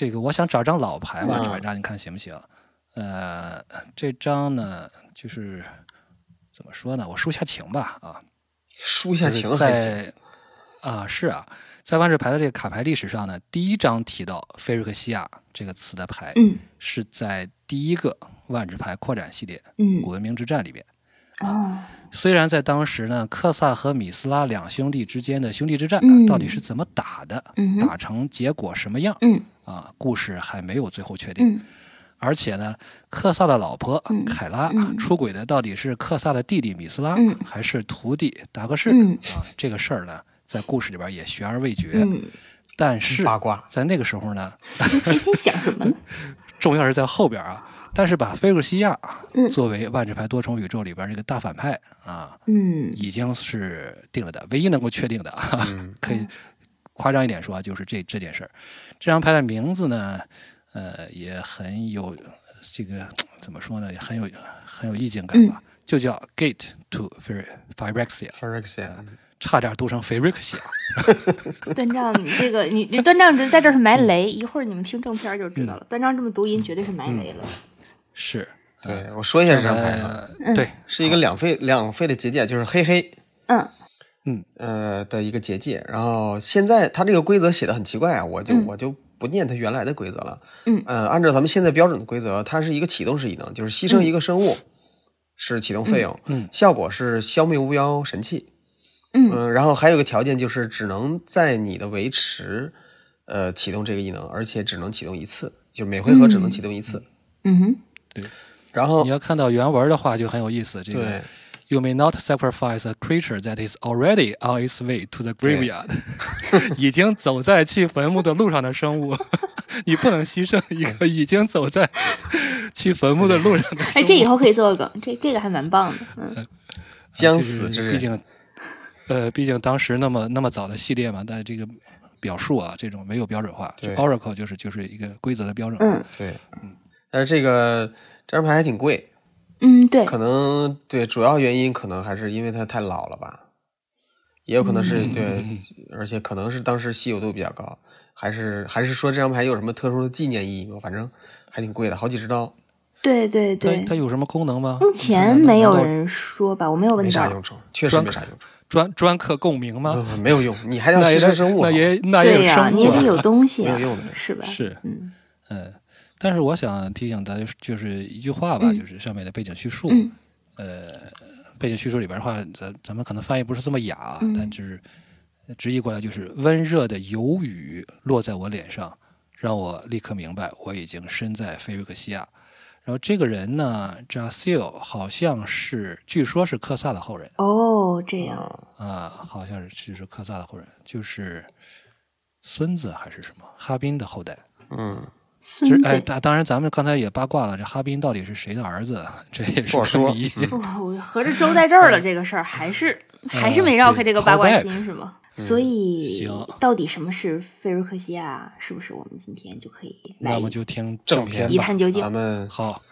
这个我想找张老牌吧，嗯找一张，你看行不行？呃，这张呢，就是怎么说呢？我抒下情吧，啊，抒一下情就是还行。在啊，是啊，在万智牌的这个卡牌历史上呢，第一张提到菲瑞克西亚这个词的牌，嗯是在第一个万智牌扩展系列嗯《古文明之战》里边。哦，虽然在当时呢，克萨和米斯拉两兄弟之间的兄弟之战、嗯到底是怎么打的，嗯哼打成结果什么样嗯啊，故事还没有最后确定。嗯而且呢，克萨的老婆、嗯凯拉、嗯出轨的到底是克萨的弟弟米斯拉，嗯还是徒弟达克士、嗯啊？这个事儿呢，在故事里边也悬而未决。嗯，但是八卦在那个时候呢，你你想 什么呢？重要是在后边啊。但是把菲瑞西亚啊嗯作为万智牌多重宇宙里边这个大反派啊，嗯已经是定了的，唯一能够确定的，哈哈嗯 可以夸张一点说啊，就是这这件事儿。这张牌的名字呢，呃，也很有这个怎么说呢，也很有很有意境感吧，就叫 Gate to Phyrexia， f e r x i a 差点读成 Phyrexia。端章，你这个你你端章这在这儿是埋雷，一会儿你们听正片儿就知道了。端章这么读音绝对是埋雷了。是，对我说一下这张牌啊，呃，嗯对，是一个两费两费的结界，就是黑黑嗯呃的一个结界。然后现在它这个规则写的很奇怪啊，我就、嗯我就不念它原来的规则了。嗯呃，按照咱们现在标准的规则，它是一个启动式异能，就是嗯牺牲一个生物、是启动费用，嗯嗯效果是消灭巫妖神器。嗯嗯，然后还有一个条件就是只能在你的维持，呃，启动这个异能，而且只能启动一次，就每回合只能启动一次。嗯哼然后你要看到原文的话就很有意思，这个啊对 You may not sacrifice a creature that is already on its way to the graveyard，已 经走在去坟墓的路上的生物， 你不能牺牲一个已经走在去坟墓的路上的生物。哎，这以后可以做个梗，这这个还蛮棒的。嗯将死之就是人，毕竟，呃，毕竟当时那么那么早的系列嘛，但这个表述啊，这种没有标准化。就对 Oracle 就是就是一个规则的标准化。嗯对，但是这个这张牌还挺贵，嗯，对，可能对主要原因可能还是因为它太老了吧，也有可能是、嗯对，而且可能是当时稀有度比较高，还是还是说这张牌有什么特殊的纪念意义吗？反正还挺贵的，好几十刀，对对它对嗯它。有什么功能吗？目前没有难道人说吧，我没有问没啥到。用处，确实专没啥用处，专专克共鸣吗？嗯没有用，你还要那也牺牲得生物，啊那好吗也那也对有呀、生你也得物有东西、啊，没有用的是吧？是，嗯嗯，但是我想提醒大家，就是一句话吧，就是上面的背景叙述，嗯呃，背景叙述里边的话，咱咱们可能翻译不是这么雅啊，嗯但就是直译过来就是温热的油雨落在我脸上，让我立刻明白我已经身在菲瑞克西亚。然后这个人呢 j a s i l 好像是，据说是科萨的后人。哦，这样，啊，好像是就是科萨的后人，就是孙子还是什么哈宾的后代。嗯，就是孙哎，子，当当然，咱们刚才也八卦了，这哈宾到底是谁的儿子？这也是不好个说嗯谜。哇，我 合着周在这儿了，这个事儿还是嗯还是没绕开这个八卦心，是吗？所以行，到底什么是菲瑞克西亚？是不是我们今天就可以来 那么就听正片片一吧。探究竟咱？们好，